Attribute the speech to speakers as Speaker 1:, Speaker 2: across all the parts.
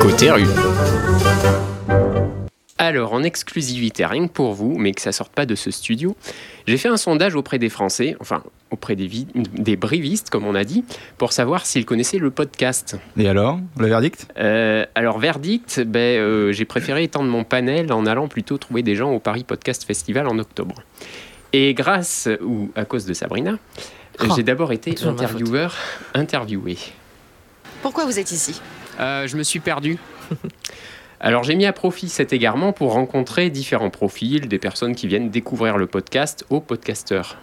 Speaker 1: Côté rue.
Speaker 2: Alors, en exclusivité, rien que pour vous, mais que ça sorte pas de ce studio, j'ai fait un sondage auprès des Français, enfin auprès des, vi- des brivistes, comme on a dit, pour savoir s'ils connaissaient le podcast.
Speaker 1: Et alors, le verdict
Speaker 2: Euh, alors, verdict, ben, euh, j'ai préféré étendre mon panel en allant plutôt trouver des gens au Paris Podcast Festival en octobre. Et grâce ou à cause de Sabrina, euh,
Speaker 3: Oh,
Speaker 2: j'ai d'abord été
Speaker 3: toujours de ma faute.
Speaker 2: intervieweur, interviewé.
Speaker 4: Pourquoi vous êtes ici
Speaker 2: Euh, je me suis perdu. Alors j'ai mis à profit cet égarement pour rencontrer différents profils, des personnes qui viennent découvrir le podcast aux podcasteurs.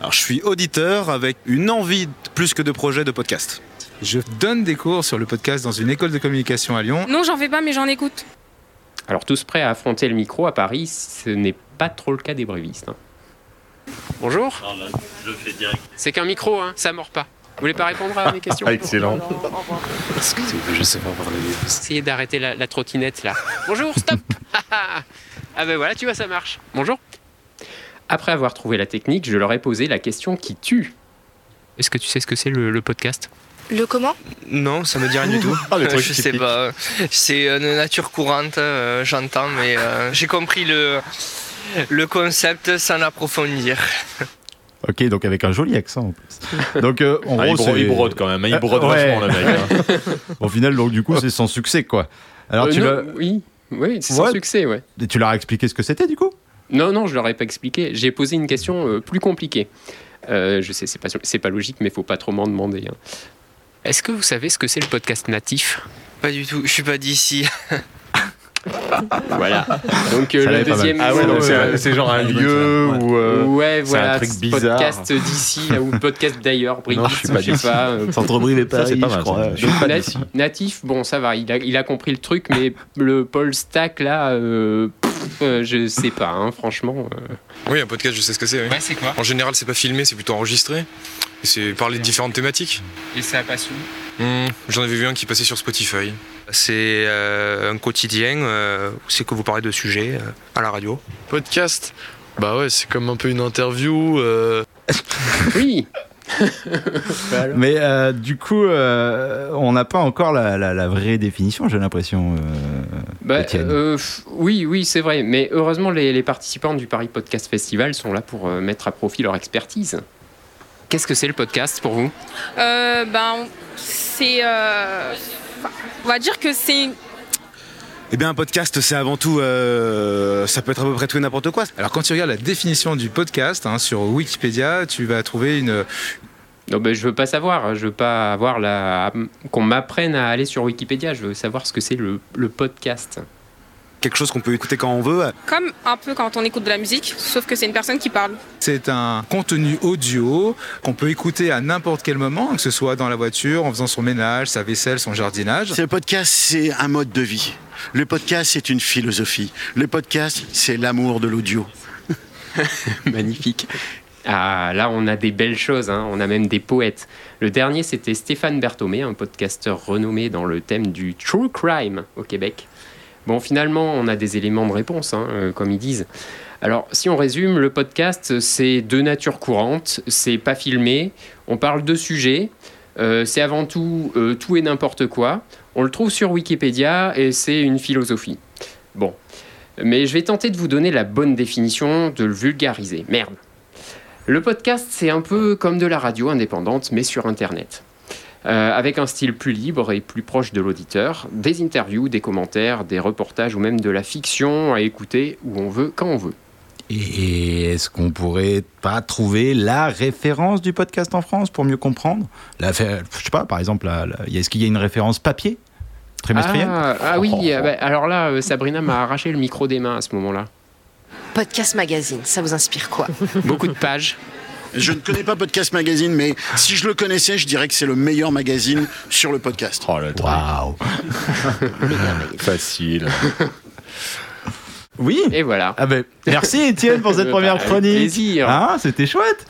Speaker 5: Alors, je suis auditeur avec une envie de- plus que de projet de podcast.
Speaker 6: Je donne des cours sur le podcast dans une école de communication à Lyon.
Speaker 7: Non, j'en fais pas, mais j'en écoute.
Speaker 2: Alors tous prêts à affronter le micro à Paris, ce n'est pas trop le cas des brévistes. hein. Bonjour. C'est qu'un micro, hein, ça mord pas. Vous voulez pas répondre à mes questions
Speaker 8: Excellent.
Speaker 2: Excusez-moi, je sais pas parler. Essayez d'arrêter la, la trottinette là. Bonjour, stop Ah ben voilà, tu vois, ça marche. Bonjour. Après avoir trouvé la technique, je leur ai posé la question qui tue. Euh, Est-ce que tu sais ce que c'est le, le podcast
Speaker 4: Le comment
Speaker 9: Non, ça me dit rien du tout.
Speaker 8: Ah, le truc
Speaker 9: je
Speaker 8: qui
Speaker 9: sais
Speaker 8: pique.
Speaker 9: pas. C'est euh, de nature courante, euh, j'entends, mais euh, j'ai compris le, le concept sans l'approfondir.
Speaker 8: Ok, donc avec un joli accent en plus.
Speaker 1: Donc, euh, en
Speaker 8: Ah, il,
Speaker 1: gros,
Speaker 8: brode,
Speaker 1: c'est-
Speaker 8: il brode quand même, hein, il
Speaker 1: Euh,
Speaker 8: brode
Speaker 1: ouais.
Speaker 8: vachement le mec. hein.
Speaker 1: Au final, donc, du coup, c'est sans succès, quoi. Alors,
Speaker 2: Euh,
Speaker 1: tu,
Speaker 2: non,
Speaker 1: l'as-
Speaker 2: Oui, oui c'est sans
Speaker 1: Ouais.
Speaker 2: succès, ouais.
Speaker 1: et tu leur as expliqué ce que c'était, du coup
Speaker 2: Non, non, je leur ai pas expliqué. J'ai posé une question euh, plus compliquée. Euh, je sais, c'est pas, c'est pas logique, mais faut pas trop m'en demander. hein. Est-ce que vous savez ce que c'est le podcast natif
Speaker 9: Pas du tout, je suis pas d'ici.
Speaker 2: Voilà. Donc euh,
Speaker 1: Ça
Speaker 2: le
Speaker 1: l'avait pas mal.
Speaker 2: deuxième. euh,
Speaker 8: Ah ouais,
Speaker 1: Ouais,
Speaker 8: donc c'est
Speaker 1: ouais.
Speaker 8: un- c'est genre un
Speaker 1: Ouais.
Speaker 8: lieu
Speaker 1: Ouais.
Speaker 8: ou. euh,
Speaker 2: ouais, voilà.
Speaker 8: un truc
Speaker 2: ce
Speaker 8: bizarre.
Speaker 2: Podcast d'ici, là, ou podcast d'ailleurs, Brigitte,
Speaker 8: je suis
Speaker 2: je
Speaker 8: pas
Speaker 2: sais
Speaker 8: d'ici.
Speaker 2: pas. euh,
Speaker 8: Centre-Brive et
Speaker 1: Paris, je crois.
Speaker 8: Je suis pas
Speaker 2: nat-
Speaker 8: d'ici.
Speaker 2: natif, bon, ça va, il a, il a compris le truc, mais le Paul Stack, là, euh, pff, euh, je sais pas, hein, franchement. euh.
Speaker 10: Oui, un podcast, je sais ce que c'est. oui.
Speaker 3: Ouais, c'est quoi
Speaker 10: En général, c'est pas filmé, c'est plutôt enregistré. Et c'est parler de différentes thématiques.
Speaker 3: Et ça passe où
Speaker 10: Hmm, J'en avais vu un qui passait sur Spotify.
Speaker 9: C'est euh, un quotidien euh, où c'est que vous parlez de sujets euh, à la radio.
Speaker 8: Podcast Bah ouais, c'est comme un peu une interview. euh,
Speaker 2: Oui,
Speaker 1: Mais euh, du coup, euh, on n'a pas encore la, la- la vraie définition, j'ai l'impression. euh.
Speaker 2: bah,
Speaker 1: Étienne.
Speaker 2: euh, pff, oui, oui, c'est vrai, mais heureusement, les, les participants du Paris Podcast Festival sont là pour euh, mettre à profit leur expertise. Qu'est-ce que c'est le podcast pour vous
Speaker 7: Euh, ben, c'est. euh, on va dire que c'est.
Speaker 5: Eh bien, un podcast, c'est avant tout. euh, ça peut être à peu près tout et n'importe quoi.
Speaker 6: Alors quand tu regardes la définition du podcast hein, sur Wikipédia, tu vas trouver une...
Speaker 2: Non, ben, je veux pas savoir, je veux pas avoir la. qu'on m'apprenne à aller sur Wikipédia, je veux savoir ce que c'est le, le podcast.
Speaker 5: Quelque chose qu'on peut écouter quand on veut.
Speaker 7: Comme un peu quand on écoute de la musique, sauf que c'est une personne qui parle.
Speaker 6: C'est un contenu audio qu'on peut écouter à n'importe quel moment, hein, que ce soit dans la voiture, en faisant son ménage, sa vaisselle, son jardinage.
Speaker 11: C'est Le podcast, c'est un mode de vie. Le podcast, c'est une philosophie. Le podcast, c'est l'amour de l'audio.
Speaker 2: Magnifique. Ah, là, on a des belles choses, hein. on a même des poètes. Le dernier, c'était Stéphane Berthomé, un podcasteur renommé dans le thème du true crime au Québec. Bon, finalement, on a des éléments de réponse, hein, euh, comme ils disent. Alors, si on résume, le podcast, c'est de nature courante, c'est pas filmé, on parle de sujets, euh, c'est avant tout euh, tout et n'importe quoi. On le trouve sur Wikipédia et c'est une philosophie. Bon, mais je vais tenter de vous donner la bonne définition, de le vulgariser. Merde. Le podcast, c'est un peu comme de la radio indépendante, mais sur Internet. Euh, avec un style plus libre et plus proche de l'auditeur, des interviews, des commentaires, des reportages ou même de la fiction à écouter où on veut, quand on veut.
Speaker 1: Et, et est-ce qu'on pourrait pas trouver la référence du podcast en France pour mieux comprendre la, fa- Je sais pas, par exemple, la- la- est-ce qu'il y a une référence papier trimestrielle
Speaker 2: Ah, ah oui, euh, bah, alors là, euh, Sabrina m'a arraché le micro des mains à ce moment-là.
Speaker 4: Podcast Magazine, ça vous inspire quoi
Speaker 2: Beaucoup de pages.
Speaker 11: Je ne connais pas Podcast Magazine, mais si je le connaissais, je dirais que c'est le meilleur magazine sur le podcast.
Speaker 8: Oh le truc.
Speaker 2: Ah.
Speaker 1: Waouh
Speaker 8: Facile.
Speaker 1: Oui
Speaker 2: Et voilà.
Speaker 1: ah ben, Merci Étienne pour cette
Speaker 2: Euh,
Speaker 1: première
Speaker 2: bah, avec
Speaker 1: chronique.
Speaker 2: plaisir.
Speaker 1: Hein, c'était chouette.